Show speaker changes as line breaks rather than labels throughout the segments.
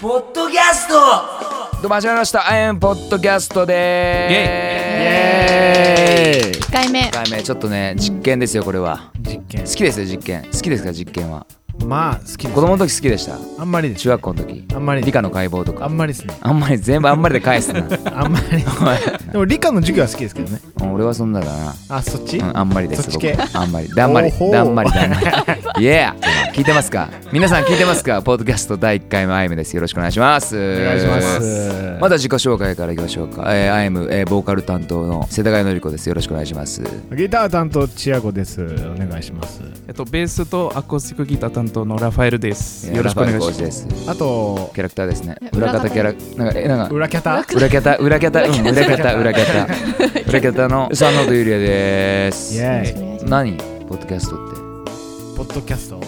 ポッドキャスト
どうも始まりました。アイアンポッドキャストでーす。イエーイ。
1回目
一回目ちょっとね実験ですよこれは。
実験
好きですよ実験。好きですか実験は。
まあ好きです
子供の時好きでした。
あんまりです
中学校の時。
あんまり
理科の解剖とか。
あんまりですね
あんまり全部あんまりで返すな。
あんまりでも理科の授業は好きですけどね
うん俺はそんなだな。
あそっち、
うん、あんまりで
そ
す
っち系
僕あんまりだんまり
おほう
だんまりだんまり イエー聞いてますか皆さん聞いてますかポッドキャスト第1回目あゆむですよろしくお願いします
お願いします
まだ自己紹介からいきましょうか、えー、あゆむ、えーボーカル担当の世田谷のりこですよろしくお願いします
ギター担当チアゴですお願いします
えっと、ベースとアコースティックギター担当のラファエルです。
えー
よろしくお願いし
ラ
ま
ファエル浩二
す。
です
あと
キャラクターですね
え
裏
裏
方
方
キャラなんかえなんか
裏キャタ
裏キャタ裏キャタうん裏キャタ裏キャタ裏キャタ の佐野とゆりやで
イ
す
よろし
エ
くお願いしま
何ポッドキャストって
ーイポッドキャスト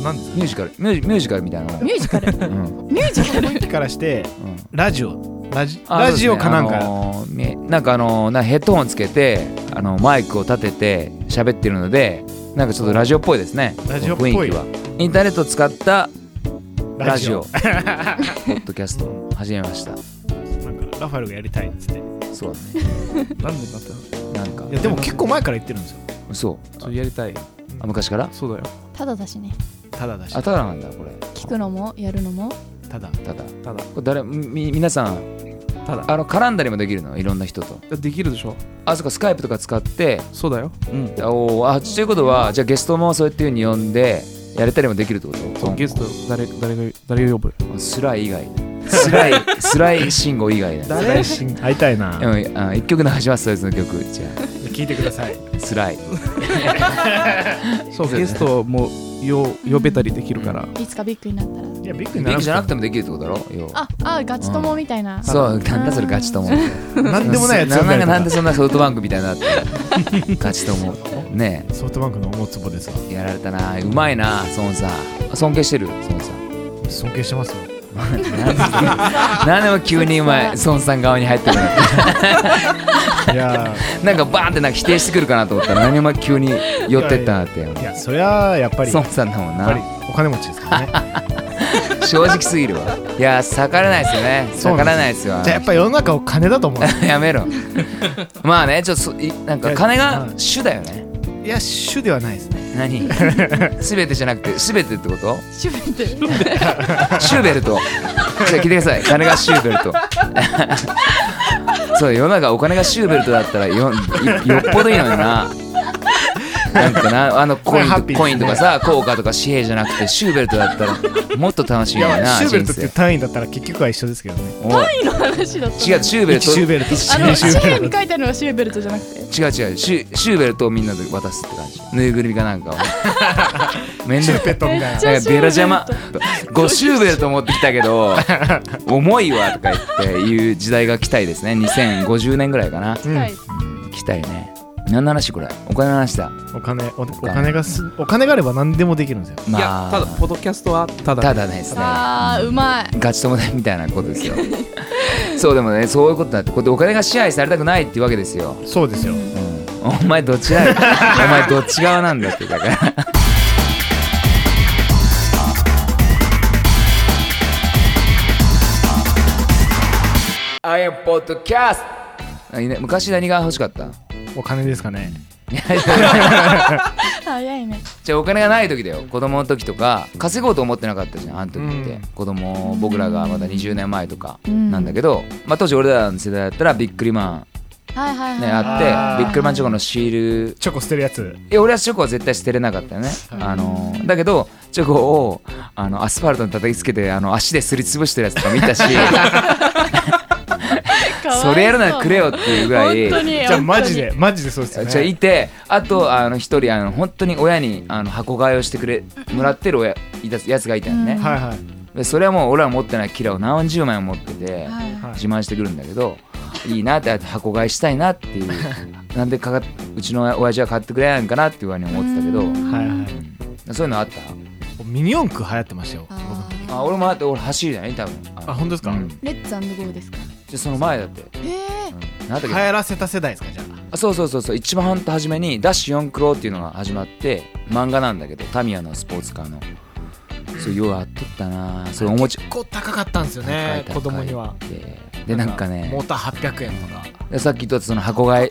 あなんですか
ミュージカルミュージミュージカルみたいな
すミュージカル
うん
ミュージカル
雰囲気からして
うん
ラジオラジ
あ
ラジオかなん
そうですねあ
か
のーねなんかあのーなヘッドホンつけてあのマイクを立てて喋ってるのでなんかちょっとラジオっぽいですね
ラジオっぽ
雰
い
囲気はインターネットを使ったラジオ
ラ
ポッドキャストを始めました
なんかラファエルがやりたいっつって
そうだね
なんでだったのち
なんか
いやでも結構前から言ってるんですよ
そ
ょっとやりたい。
うあ昔から
そうだよ。
ただだしね
ただだし
あただなんだこれ
聞くのもやるのも
ただ
ただこ
ただ、
れ誰み皆さん
ただ。
あの絡んだりもできるのいろんな人と
あできるでしょ
あそっかスカイプとか使って
そうだよ。うん。
おーあということはじゃあゲストもそうやっていうふうに呼んでやれたりもできるってこと
そうゲスト、誰、誰が、誰が呼ぶ
スライ以外スライスライ信号以外だ
誰会いたいな
うんあ一曲流しますそいつの曲じゃ
聞いてください
あスライそうだね
そう、ゲストもよ呼べたりできるから。
いつかビッグになったら
いやビッグ
ビ
にな
ッグ
らなく
じ
て
ゃ
も
なくてもできるってことだろ要は
ああガチ友みたいな
そうなんだそれガチと思う
なんでもないやつ呼んだ
なんかな
りとか
んでそんなソフトバンクみたいになってガチと思うね
ソフトバンクの思うつぼですわ
えやられたなうまいな孫さん尊敬してる孫さん
尊敬して ますよ
何でも急にう まい孫さん側に入ってくる
いや
なんかバーンってなんか否定してくるかなと思ったら何でも急に寄ってったなって
ーいやそりゃやっぱりや
孫
っ
さんだもんな
ぱりお金持ちですからね
正直すぎるわいや逆らえないですよね
そう
逆
な
らえ
んです
ないですよ
じゃあやっぱ世の中お金だと思
やめ ろまあねちょっとそいなんか金が主だよね
ういや主ではないですね
何全てじゃなくて全てってこと
シュベル
シューベルトじゃあ聞いてください金がシューベルト そう世の中お金がシューベルトだったらよよよっぽどいいのよななんかなあのコイン
これハッ
と
ピーですね
コインとかさ硬貨とか紙幣じゃなくてシューベルトだったらもっと楽しい
い
のよ
や
な
シューベルト
人
っていう
生
単位だったら結局は一緒ですけどね
おい
の話だった
違うシューベルト
シューベルト
あ
い
の
やシュ
シ
ー
ー
ベ
ル
ル
に
ト
書いてあるのはシューベルトじゃなくて
違う違うシュシューベルトをみんなで渡すって感じぬいぐるみかなんかをめん
シ
ど
ュ
く
ーペットみたいな
じゃあ
なんかベラ邪魔5シューベルト持ってきたけど重いわとか言っていう時代が来たいですね2050年ぐらいかな
は
う
い
来たいね何の話これお金の話だ
んお金おお金がすお金があれば何でもできるんですよ
い
ま
や
あ、
ただ、ポッドキャストはただ。
ただですね
あーうまい
ガチ友達みたいなことですよそうでもねそういうことだってこうやってお金が支配されたくないっていうわけですよ
そうですよ
うんお前どっちだよお前どっち側なんだってだから I am podcast あいいね昔何が欲しかった
お金ですかね
早いね
じゃあお金がない時だよ子供の時とか稼ごうと思ってなかったじゃんあの時って、
うん
子供僕らがまだ20年前とか
うん
なんだけど、まあ、当時俺らの世代だったらビックリマ
はいはいはい
ン、ね、あっ
あー
てビックリマンチョコのシール
チョコ捨てるやつ
いや俺はチョコは絶対捨てれなかったよね、あのだけどチョコをあのアスファルトに叩きつけてあの足ですりつぶしてるやつとか見たし
かわい
それやるならくれよっていうぐらい
本当に
じゃあマジでマジでそうですよ
じゃあ
ね
いてあとあの一人あの本当に親にあの箱買いをしてくれもらってる親いたやつがいたよね、
はいはい
でそれはもう俺ら持ってないキラを何十枚も持ってて、
はいはい
はい
自慢してくるんだけどいいなって箱買いしたいなって いうなんでかかうちの親父は買ってくれないんかなっていうふうに思ってたけど、
うん
はいはい
そういうのあった
ミニ四駆流行ってましたよ僕
あー
あ俺もあって俺走りだね多分
あ本当ですか
うん
レッツゴーですか
じゃあその前だって、
へ
う
え
ん、なんだっけ
流行らせた世代ですかじゃ
あそうそうそうそう一番本当初めに「ダッシュ4クロ」っていうのが始まって漫画なんだけどタミヤのスポーツカーのそうようやっとったなそれ
お
おも
も
ち
ちこう高かったんですよね
高い
子供には
高いってでなんかね
モーター800円とか
さっき言ったその箱買い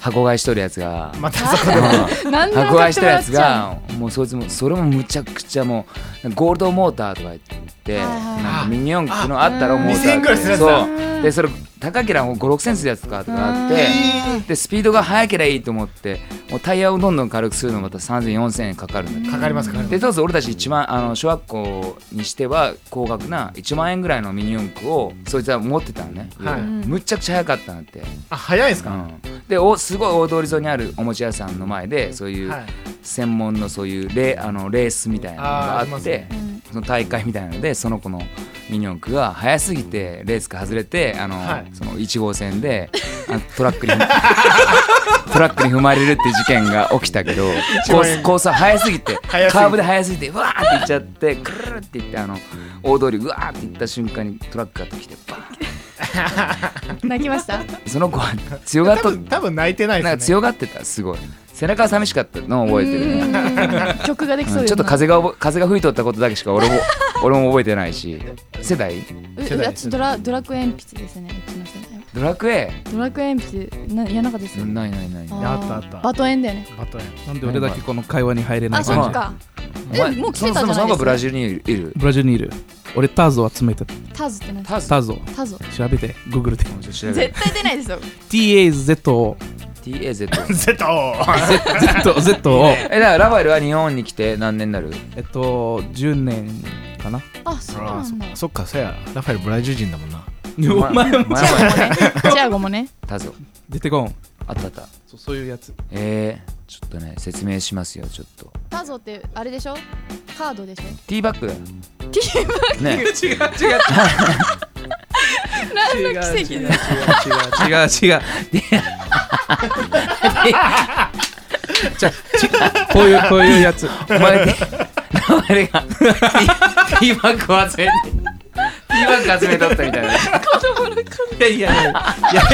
箱買いしとるやつが、
またそこ
うん
何でも
箱買
買
い
っ
してた
もら
や
っ
つ
ちゃう
がもうそいつもそれもむちゃくちゃもうゴールドモーターとか言って、
はいはい
なんかミニ四駆のあったろ
あ
モーターって
2000円ぐらいするやつだ
そうでそれ高けりゃもう56センチのやつとかとかあってでスピードが速ければいいと思ってもうタイヤをどんどん軽くするのまた30004000円かかるんだけ ど
かかりますかかります
で当時俺たち1万あの小学校にしては高額な1万円ぐらいのミニ四駆をそいつは持ってたのね、
は
う
い
ん
むっちゃくちゃ速かったんだって、
あ早いですか
うんでおすごい大通り沿いにあるおもちゃ屋さんの前でそういう
はい
専門のそういうレあのレースみたいなのがあ
あーありま
っ
す
て
ね
うん
その大会みたいなのでその子のミニ四駆が速すぎてレースから外れてあの、
はい
その1号線であトラック にトラックに踏まれるって事件が起きたけどコースコースは速すぎて
速すぎて
カーブで速すぎてうわーって行っちゃってくるるって行ってあの大通りうわーって行った瞬間にトラックが来てバー
泣きました
ンその子は強がっ
多
と
分多分泣いてない
なんか
ですよ
強
ね
がってたすごい背中は寂しかったのを覚えてるね。
うん曲ができそう
うん
です
ちょっと風がおぼ風が吹いとったことだけしか俺も俺も覚えてないし世代
ううあとドラドラクエ鉛筆ですねうちの世代は
ドラクエ
ドラクエ鉛筆なやらなかったですよ
ないないない
ー
やあったあった
バトエンだよね
バトン
なんで俺だけこの会話に入れな
あ
い
そ
感
っ
じ
かえ
お前
もう来てたじゃないですか
そもそもがブラジルにいる
ブラジルにいる俺ターゾを集めてた
タズって何ですか
タズ
ターゾ
タズ
調べて Google で
絶
絶対出ないですよ
TAZ を
TAZ
ゼトー
Z, Z を
えだからラファエルは日本に来て何年になる
えっと10年かな
あそう
あ
な
ーそ
ん
っ
だ
かそっかそやラファエルブラジル人だもんな
お前も
前も
チアゴもね
タズ
出てこん
あったあった
そうそういうやつ
えー、ちょっとね説明しますよちょっと
タゾってあれでしょカードでしょ
ティーバッグティーバッグね
違う違う違う
何の奇跡で
違う違う。じゃちこういうこういうやつ。
お前でラファエルがティーバッグを集めてティーバッグ集めとったみたいない
やいやいやいやい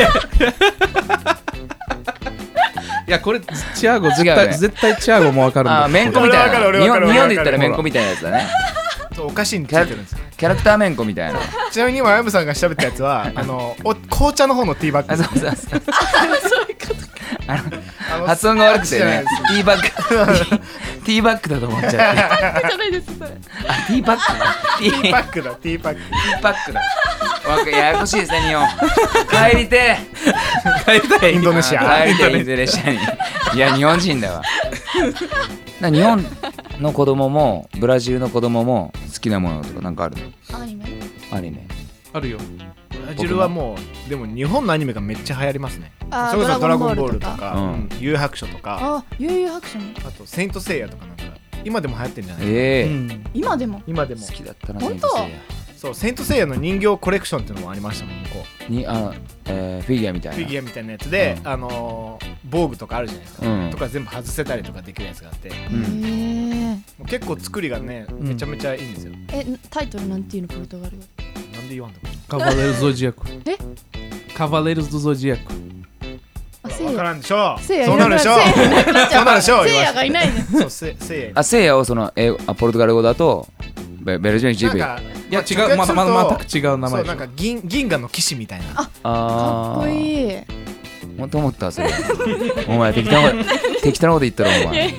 や。いやこれチアゴ絶
違う
対、
ね
絶対チアゴもわかるんだ。
あーめんこみたいな
俺わかる俺
日
わか
本
る
日
俺わかる
本で言ったらめんこみたいなやつだね
そうお菓子についてるんですよ
キャラクターめんこみたいな
ちなみに今あやむさんが調べたやつはあのお紅茶の方のティーバッ
あ
グ
そうそうそう
あの
発音が悪くてね
そう
ティーバッグティーティーバッグだと思っ ちゃって
じゃないですそれ
あティーバッグだティ
ティー
ー
バッグだティーバッグ
バッグだわかややこしいですね日本帰りて
帰りたい
インドネシ
あ
ア
帰りてインドネシアにいや日本人だわな日本の子供もブラジルの子供も好きなものとかなんかあるの
アニメ
アニメ
あるよ。
ブラジルはもうでも日本のアニメがめっちゃ流行りますね
あー
それこそド
ド
ラ
ラ
ゴ
ゴ
ン
ン
ボ
ボー
ール
ル
と
と
か
か
うん
うん幽白書とか
あ悠々白書も
あとセイントセイヤとかなんか今でも流行ってるんじゃない
うん
ええ
今でも
今でも
好きだったな
本当
先生
そうセイントセイヤの人形コレクションっていうのもありましたもんこう
にあの、えーフィギュアみたいな
フィギュアみたいなやつで、
うん
あのー防具とかあるじゃないですか、
うん
とか全部外せたりとかできるやつがあって
へ
うん
ー
もう結構作りがね
ん
めちゃめちゃいいんですよ、
えタイトルなんていうのポルトガル語
なんで言わんと
カバレルズ・ゾジアク。
え
カバレルズ・ゾジアク。
あ
わからんでしょう
せいや
そうなるでしょ
いやいや
そうなるでしょ
せいやがいないね
うそうせせいや
あせいやをその英語あポルトガル語だとベベルジュンジ
なん
ブリ
か
いや違
直訳
う、まだま
す
だ
ると
また違う名
そ
前
う
で
な
しょ
んか銀銀河の騎士みたいな
かっこ
い
いい
本当思ったそれ お前適当なこと適当なこと言ったろお前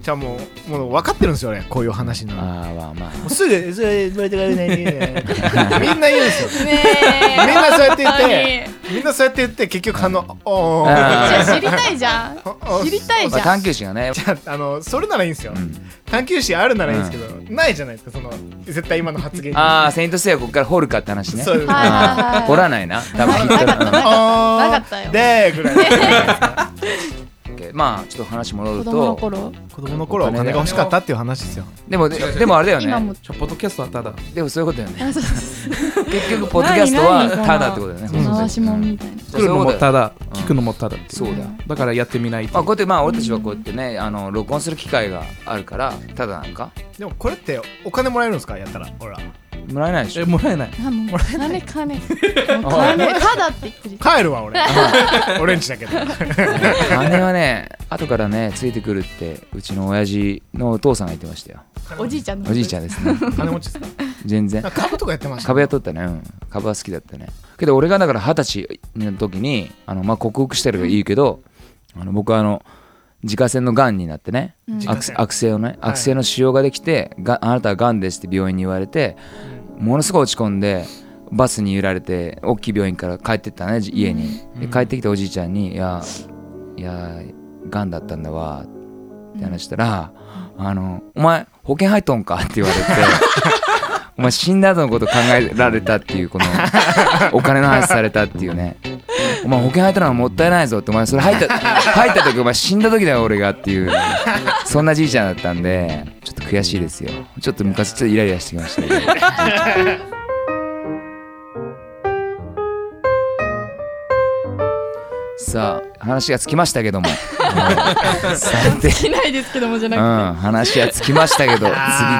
じゃあもうもう分かってるんですよ俺こういう話なのも
ああまあまあ
うすぐそれそれとかね みんな言うんですよ
ね
みんなそうやって言っ
え
てみんなそうやって言って結局あのおー
あ
じゃあ知りたいじゃ ん
おー
知りたいじ
まあ
ゃん
探求心がね
じゃ ああのそれならいいんですよ、
うん
探求心あるならいいんですけど、ないじゃないですかその絶対今の発言に
ああセイントセイヤここから掘るかって話ね
そうです
はいはいはい
あー掘らないな多分
なかったなか
あー
なかったよ
でーぐらい
うんまあちょっと話戻
子
る
供の
と
頃
子供の頃はお金が欲しかったっていう話ですよ
でもででもあれだよ
今
ね
も
ちょポッドキャストはただ。
でもそういうことだよね
あそう
結局ポッドキャストはただってことだよね
その回しもん
うん
みたいな
作るのもただ、
うん
聞くのもただってい
そうだよ
だからやってみない
まあ、
と。
こうやってまあ俺たちはこうやってね、あの録音する機会があるからただなんか
でもこれってお金もらえるんですかやったらほら
もらえないでし
え
ょ
もらえない
あもう
もら
金
え
金もう金ただって言ってる
帰るわ 俺 俺んちだけど
金はね後からねついてくるってうちの親父のお父さんが言ってましたよ
おじいちゃんの
おじいちゃんですね
金持ちですか
全然
なんか株とかやってました
株やっとったねうん株は好きだったねけど俺がだから二十歳の時にあの、まあ、克服してるがいいけどあの僕はあの自家製のがんになってね
うん
自家
悪
製
悪性をね悪性の腫瘍ができて、があなたはがんですって病院に言われてものすごい落ち込んでバスに揺られて大きい病院から帰ってったねじ家に、で
うん
帰ってきたおじいちゃんに「いやいやがんだったんだわ」って話したら「あのお前保険入っとんか?」って言われ て。お前死んだ後のこと考えられたっていうこの お金の話されたっていうねお前保険入ったのはもったいないぞってお前それ入った 入った時お前死んだ時だよ俺がっていうそんなじいちゃんだったんでちょっと悔しいですよちょっと昔ちょっとイライラしてきましたね さあ話がつきましたけ どもうん最低
しないですけどもじゃ
う
なんくて、
話はつきましたけど次いき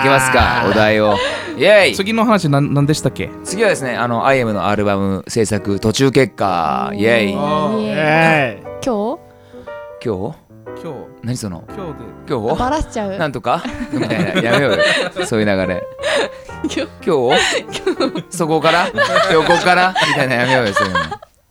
ますかお題をイエイ
次の話なんなんでしたっけ
次はですねあの IM のアルバム制作途中結果イエイ今
あ
いえ
ええ
今
日
今
何その
日今日で
今
日
日
バラしちゃう
なんとかみたいなやめよ うよそういう流れ
今日
今日そこから横からみたいなやめようよそういうの今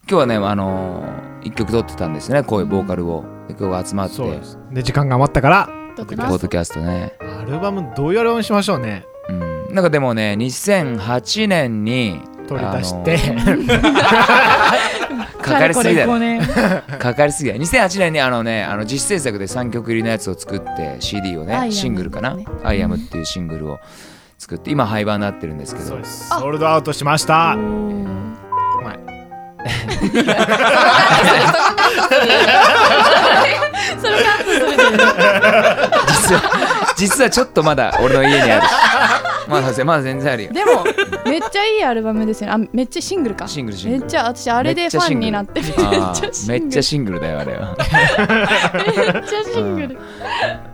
日はねあのー一曲撮ってたんですねこういうボーカルをで今日集まって
そうで
ポ
すで時間が余ったから
どこだ
ッドキャストね
アルバムどういうアルバムにしましょうね
うんなんかでもね2008年に
取り出して、
かかりすぎだよ
かれこれ 五
かかりすぎや2008年にあのねあの自主制作で3曲入りのやつを作って CD を
アイア
ね
ム
シングルかな
ね
「アイアムっていうシングルを作って今廃盤になってるんですけ
そう
ど
ですソールドアウトしました
年
うまい
それカットするじゃん
実は 実はちょっとまだ俺の家 にあるしまだ全まだ全然あるよ
でもめっちゃいいアルバムですよねあめっちゃシングルか
シングルシン
め
グ
っ
ル
ちゃ私あれでファンになってめっち
あ
ゃ
ー
シ
め
ン
っ
グ
ちゃ
ル
シングルだよあれ は
めっちゃシングル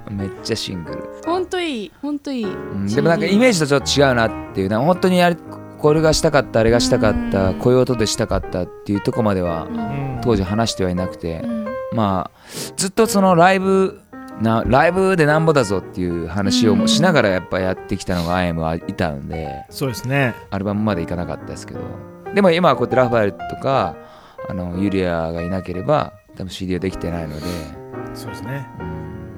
めっちゃシングル
ほんといいほんといい
うんでもなんかイメージとちょっと違うなっていうな本当にあれこれがしたかったあれがしたかったこういう音でしたかったっていうとこまでは
うん
当時話してはいなくて
うん
まあずっとそのライブなライブでなんぼだぞっていう話をも
うん
しながらやっぱやってきたのが IM はいたんで
そうですね
アルバムまでいかなかったですけどでも今はこうやってラファエルとかあのユリアがいなければ多分 CD はできてないので、
そうですね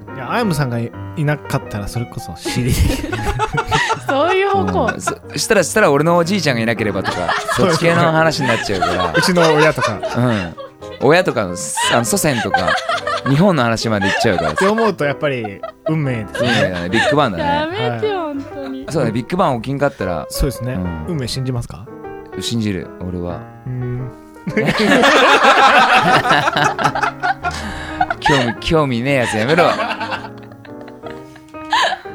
うん
いやアイムさんがいなかったらそれこそ CD
そういう方向
うんそしたらしたら俺のおじいちゃんがいなければと かそっち系の話になっちゃうから
うちの親とかっ
うん親とかのあの祖先とか日本の話までいっちゃ うから
て思うとやっぱり運命です
運命だねビッグバンだ
や
ね
めてよほんとに
そうだねビッグバン起きんかったら
そうですね、
うん
運命信じますか
信じる俺は
うん
興味興味ねえやつやめろ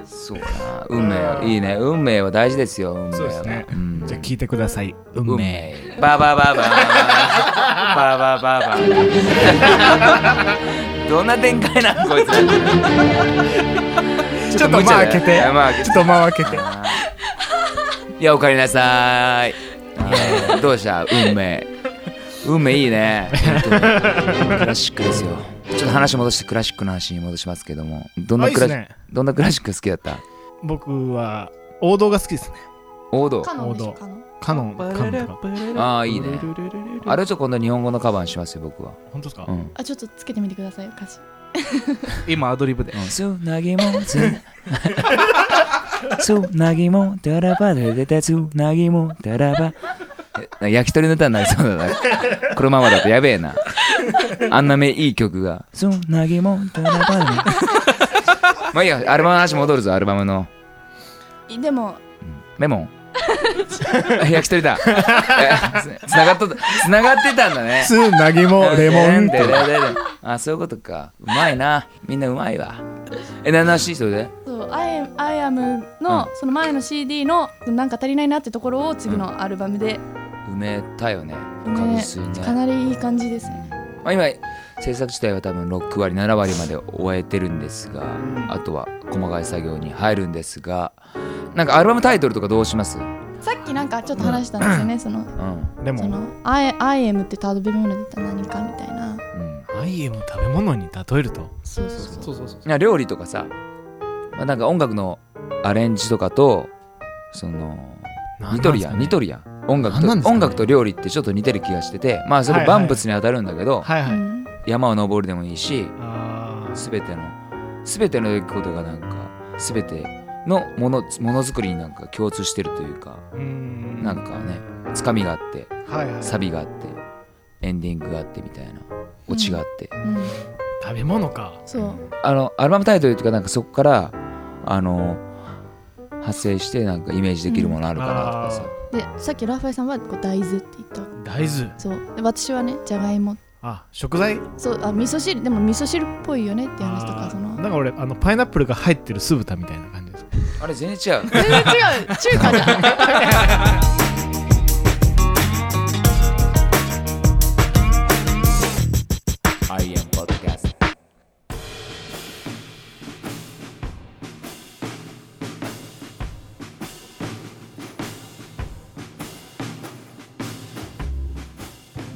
そうかな運命いいね運命は大事ですよ運命は
そうですね
ん
じゃあ聞いてください運
運
命
命ババババ バババババ どんな展開なんこいつ
ちょっと間開けて
まあ、ち
ちょっと間を開けて
いやおかえりなさいあーどうした運命運命いいね本 当にクラシックですよちょっと話戻してクラシックの話に戻しますけどもどん
あ
ない
いっ
ク
す
ラシ
ね
どんなクラシック好きだった
僕は王道が好きですね
王道
カノンでしょ
王道
カノン
カノンカノンとか
ああいいねあれをちょっと今度日本語のカバーにしますよ僕は
本当ですか、
うん
あちょっとつけてみてくださいよ歌詞
今アドリブで
つなぎもつつなぎもたらばで出たつなぎもたらばえ焼き鳥の歌になりそうだなこのままだとやべえなあんなめいい曲がつなぎもたらばでまあいいやアルバムの話戻るぞアルバムの
いでも
メモン焼き鳥だえつつながっとつながってたんだね
つなぎ もレモンって
あそういうことかうまいなみんなうまいわえ何の話それで
そう「I am, I am の」その前の CD のなんか足りないなってところを次のアルバムで、
埋めたよね確
ね
実に
か
ね
なりいい感じですね
まあ今制作自体は多分6割7割まで終えてるんですが、あとは細かい作業に入るんですがなんかアルバムタイトルとかどうします
さっききなんかちょっと話したんですよね、その
うん
レモ
そ
ン
の「I, I am」って食べ物で言ったら何かみたいな
うん
アイエム食べ物に例えると
そうそうそう
そうそうそう
いや料理とかさ、まあ、なんか音楽のアレンジとかとその似とるやん似と
り
るやん音楽
何
と
なんですかね
音楽と料理ってちょっと似てる気がしててまあそ
は
れ
いはい
万物に当たるんだけど、
はいうはい、
ん
山を登るでもいいし
あー
全ての全てのことがなんか全てのものものづくりになんか共通してるというか
うーん
なんかねつかみがあって
はいはい
サビがあってエンディングがあってみたいなオチがあって、
うん
食べ物か
そう
あのアルバムタイトルというかなんかそこからあの発生してなんかイメージできるものあるかなとかさ、
でさっきラファエさんはこう大豆って言ったわけ
大豆
そうで私はねじゃがいも
あ食材
そうあ味噌汁でも味噌汁っぽいよねって話とかそ
あー
の
なんか俺あのパイナップルが入ってる酢豚みたいな感じです
あれ全然違う
全然違う中華じゃん
I am podcast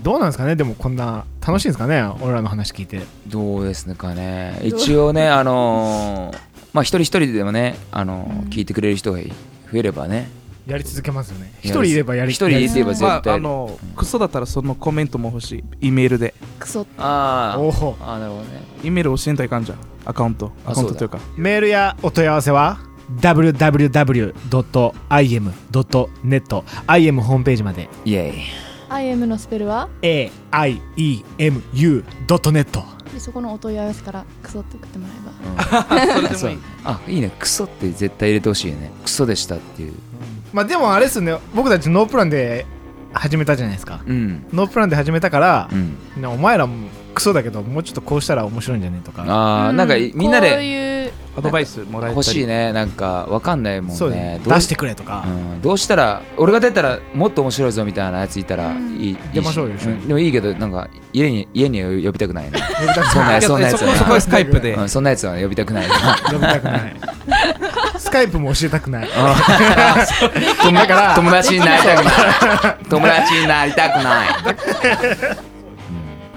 どうなんですかねでもこんな楽しいんですかね俺らの話聞いて
どうですかね
どう
一応ねあのーまあ一人一人でもねあのー
うん
聞いてくれる人が増えればね
やり続けますよね
やり
一人いればやり
一人いれば
ま
絶
あ、
対
あの、クソだったらそのコメントも欲しい。E メールで。
クソ
あ
お
ー
お
あーなるほどね
E メール教えんといかんじゃん。アカウント。
あ
アカウントというか。
メールやお問い合わせは www.im.net im ホームページまで
イエイ
IM のスペルは
aiemu.net
でそこのお問い合わせからクソって送ってもらえば
それでもいい。
あいいねクソって絶対入れてほしいよねクソでしたっていう
まあでもあれっすね僕たちノープランで始めたじゃないですか
うん
ノープランで始めたから
う、ん
ねお前らもクソだけどもうちょっとこうしたら面白いんじゃねとか
あーなんか
う
いみんな
こう
で
いう
アドバイスもらえたり。
欲しい。ねなんかわかんないも
そ
ん
う
ね
ね
どう
出してくれと
う
か、
んどうしたら俺が出たらもっと面白いぞみたいなやついたらいいいい
出ましょうよ
んでもいいけどなんか家に家に呼びたくないねそんなやつ
そ
そんなやつ
こそこはスカイプで
う。んそんなやつは呼びたくないな
呼びたくないスカイプも教えたくない
だから友達になりたくない友達になりたくない、うん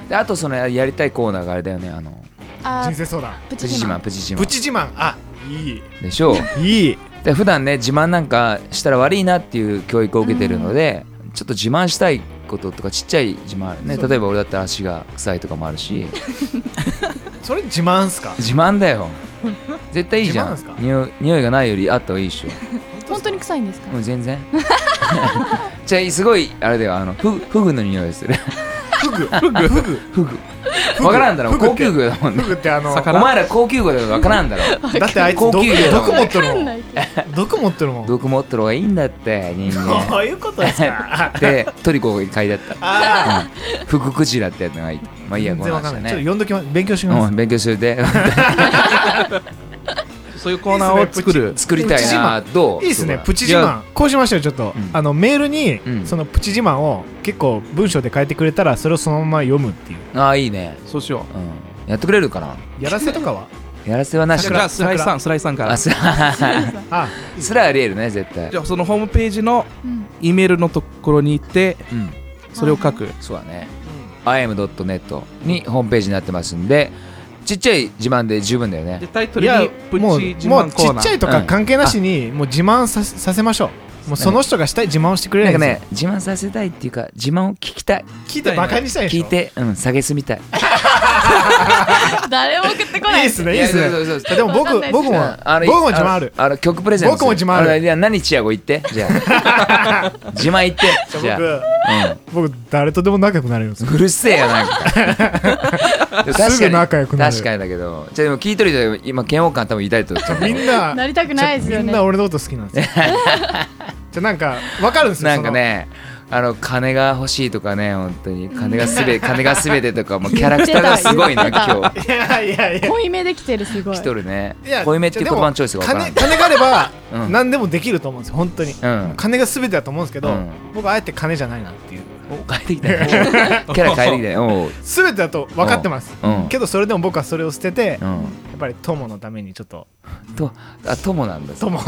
であとそのやりたいコーナーがあれだよねあの
あ
人生相談
プ
プ
チ
チ自
自慢
慢
プチ自
プ
慢
チ自慢あいい
でしょう
いい
で普段ね自慢なんかしたら悪いなっていう教育を受けてるので、ちょっと自慢したいこととかちっちゃい自慢あるね
そう
例えば俺だったら足が臭いとかもあるし
それ自慢っすか
自慢だよ絶対いいじゃん
自慢なんすか
匂い匂いがないよりあった方がいいでしょ
本当に臭いんですか
もう全 然じゃあすごいあれだよあのフグフグの匂いする
フグフグフグ
フグわからんだろ
フグっ
高
て
級魚だもんね
フグってあの
お
魚
前ら高級魚だからわからんだろ
だってあいつ
高
毒
級魚
毒持ってる
わかん
も
なんいけど
毒持ってるもんど
毒持ってる方がいいんだって人間
ういうことですか
でトリコが買いだった
あ
うんフグクジラってやつがいいまあいいや
全
こ
然
の
わか
話
んな
だ
い、
ね
ちょっと呼んどきます勉強してきま
う
す
ん、勉強しといて
そういうコーナーを作る。
作りたいなどう
いいですねプ
チ
チ自慢こうしましょうちょっと、
うん
あのメールに、
うん
そのプチ自慢を結構文章で書いてくれたらそれをそのまま読むっていう
ああいいね、
そうしよ
うん、やってくれるかな
やらせとか は
やらせはな
う。
し
じゃあ、スライさん、スライさんから
あ。 すす
あ
らありえるね絶対
じゃあ、そのホームページの
うん、
E メールのところに行って、
うん
それを書く。
そうだね im.net にホームページになってますんでちっちゃい自慢で十分だよね
で、タイト
い
ル
や
にプ
もう
チ自
もう
慢
ち
コー
っ
ナ
ちゃ
ー。
いとか関係なしに、もう自慢ささせましょうもうその人がしたい自慢をしてくれ
な
る
んか
んですよ
ね自慢させたいっていうか自慢を聞きたい
聞いてバカにしたいでし
聞
ょ
いてうん下げすみたい
誰も送ってこ
い
ないい
っすねいいっす
いやそうそう
ね
そう
でも僕
わかんないっす
僕も
あの
僕も自慢ある
あのあの曲プレゼントする
僕も自慢ある
のいや何チアゴ言ってじゃ あ自慢言ってじゃあうん
僕誰とでも仲良くなれるんですよ
うるせえよなんか確かに
すぐ仲良くなる
確かにだけどじゃあでも聞いとる人は今嫌悪感多分抱いてると思う
みんな
なりたくないですよね
みんな俺のこと好きなんで すよじゃあなんかわかるんですよ
なんかねあの金が欲しいとかね本当に金がす べ金がすべてとかもうキャラクターがすごいね
言ってた
今日
そのいやいやいや
濃いめできてるすごい
来とるね
いや
濃いめっていう言葉のチョイスが分からん
金金 があれば
うん
何でもできると思うんですよ本当に
うん
金が全てだと思うんですけど
うん
僕あえて金じゃないなっていう
変えてき たねキャラ変えてきたねおう
全てだと分かってます
うん
けどそれでも僕はそれを捨てて
う
や
ん
っぱり友のためにちょっと
とあ友なんだ
友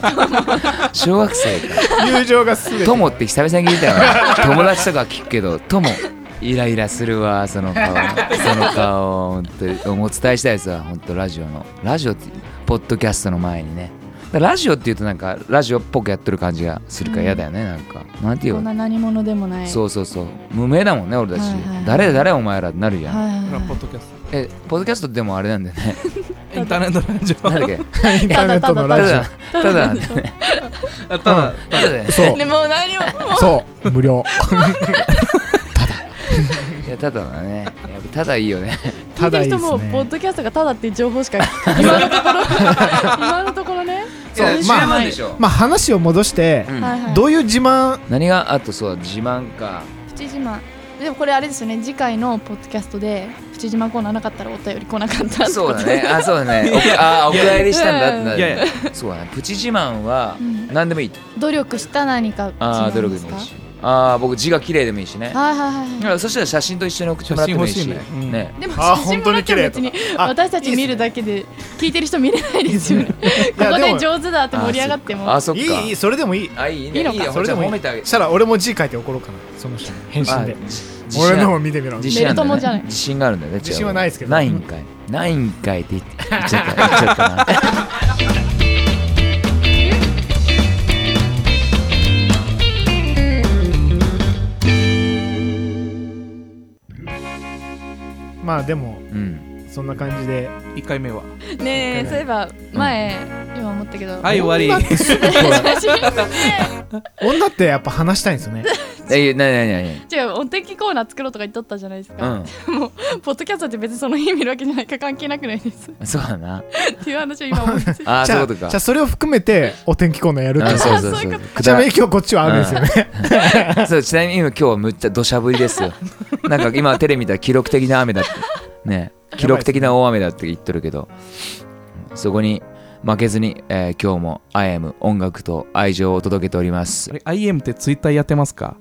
小学生か
友情が全て
友って久々に聞いたよな友達とか聞くけど友イライラするわその顔その顔本当にお伝えしたいですわ本当ラジオのラジオってポッドキャストの前にねだからラジオっていうとなんかラジオっぽくやってる感じがするから嫌だよねなんかなんていう
こん
の
な何者でもない
そううそうそう無名だもんね俺たち
はいはいはい
誰誰お前らってなるじゃん
はいはい
ポ
は
ッドキャス
えポッドキャストでもあれなんだよね
トインターネッ トラジオ
なんだっけ
インターネットの
た
ラジ
だただなんだよね
あただ
ただだよね
オそ
いでもう何も
うそう無料
いやただだねやっぱただいいよね
聞いてる人
ただい
も
いですね
ポッドキャストがただっていう情報しか今のところ今のところね
そう
いや
まあ
知らないでしょ
まあ話を戻して
うん
はいはい
どういう自慢
何があとそう自慢か
プチ自慢でもこれあれですよね次回のポッドキャストでプチ自慢コーナーなかったらお便り来なかったってこと
そうだねあそうだ ねおあお蔵入りしたんだってなる
いやいや
そうだねプチ自慢は
うん
何でもいい
努力した何か
ああ努力でもいいしああ僕字が綺麗でもいいしね
はいはいはいはい
だからそしたら写真と一緒に送ってもらってもいいし
写真欲しいねうん
ね
でも
あ
写
ー
真
本当
もな
に
き
綺
ゃ
麗
別
と
に
あ
私たち見るだけで聞いてる人見れないです よねここ
で
で
も
上手だって盛り上がっても
あそっか
いいいいそれでもいい
あいい
い
ね
いの
い
か
いよ
それでもい
褒
い
めてあげ
したら俺も字書いて怒ろうかなその人に返信で
あじ自信ある
俺のも見てみろ
自信あるんだ
メルトモじゃ
よ
ない
ね自信があるんだよね
自信はないですけど
ないんかいないんかいって言っ言っちゃった言っちゃったな
まあでも
うん
そんな感じで
1回目は
ねえそういえば前、今思ったけど、
はい終わ り
写真
女ってやっぱ話したいんですよね
えなになになに
違うお天気コーナー作ろうとか言っとったじゃないです
う
か、ポッドキャストって別にその日見るわけじゃないから関係なくないですっ
んそうだな
ていう話を今思って
ああ
じ
そうい
ゃ
う
あ
ことか
じゃあそれを含めてお天気コーナーやるって
あそうそう
あそ
そう
いううこ
く
ち
だ
な
ら
みに今日こっちは雨ですよね、
そうちなみに今日はむっちゃ土砂降りですよなんか今テレビ見たら記録的な雨だってね記録的な大雨だって言ってるけどそこに負けずに、えー今日も「IAM 音楽と愛情」をお届けております
あれ IM ってツイッターやってますか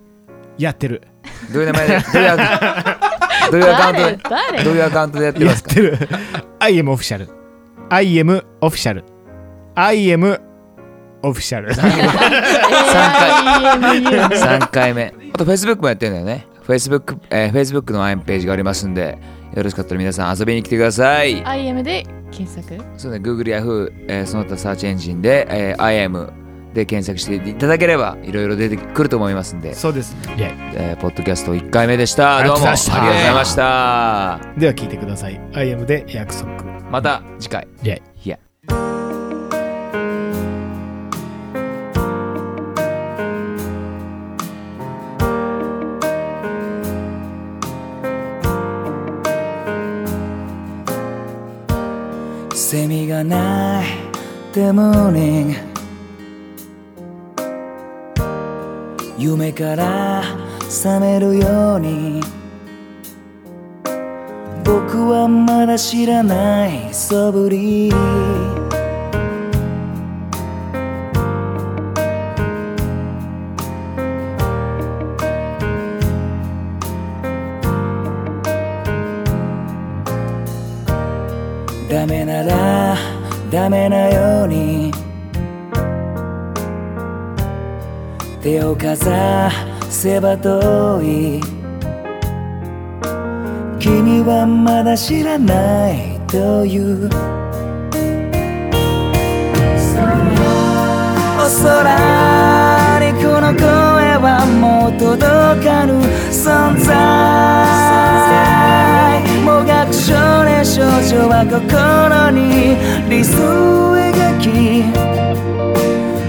やってる
どういう名前でどういうアカどういうアカウント
誰
で
誰
どういうアカウントでやって
や
ま
っ
すか
てる IM オフィシャル IM オフィシャル IM オフィシャル
AIMU
3回目あと Facebook もやってるんだよね Facebook,、えー、Facebook の IAM ページがありますんでよろしかったら皆さん遊びに来てください
IM で検索
そうね、Google や Yahoo、えーその他サーチエンジンで、えー IAM で検索していただければいろいろ出てくると思いますんで、
そうですイェイ
えーポッドキャスト1回目でした。
あり
ど
が
う
とう
もあ
ござい
り
ま
が
した
とうございました。
では聞いてください IM で約束
また次回。
イェイ
いや。セミがないデモーニング夢から覚めるように僕はまだ知らない素振りダメならダメなように手をかざせば遠い君はまだ知らないというお空にこの声はもう届かぬ存在もがく少年少女は心に理想を描き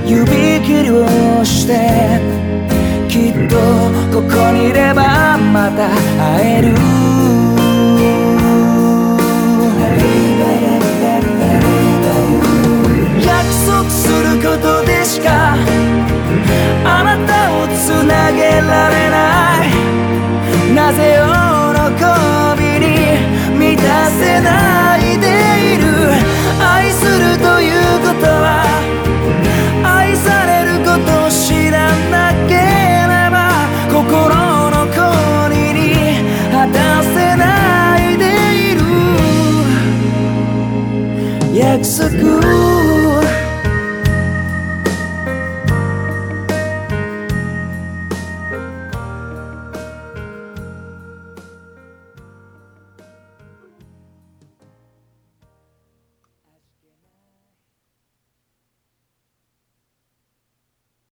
指切りをしてきっとここにいればまた会える約束することでしかあなたをつなげられないなぜ喜びに満たせない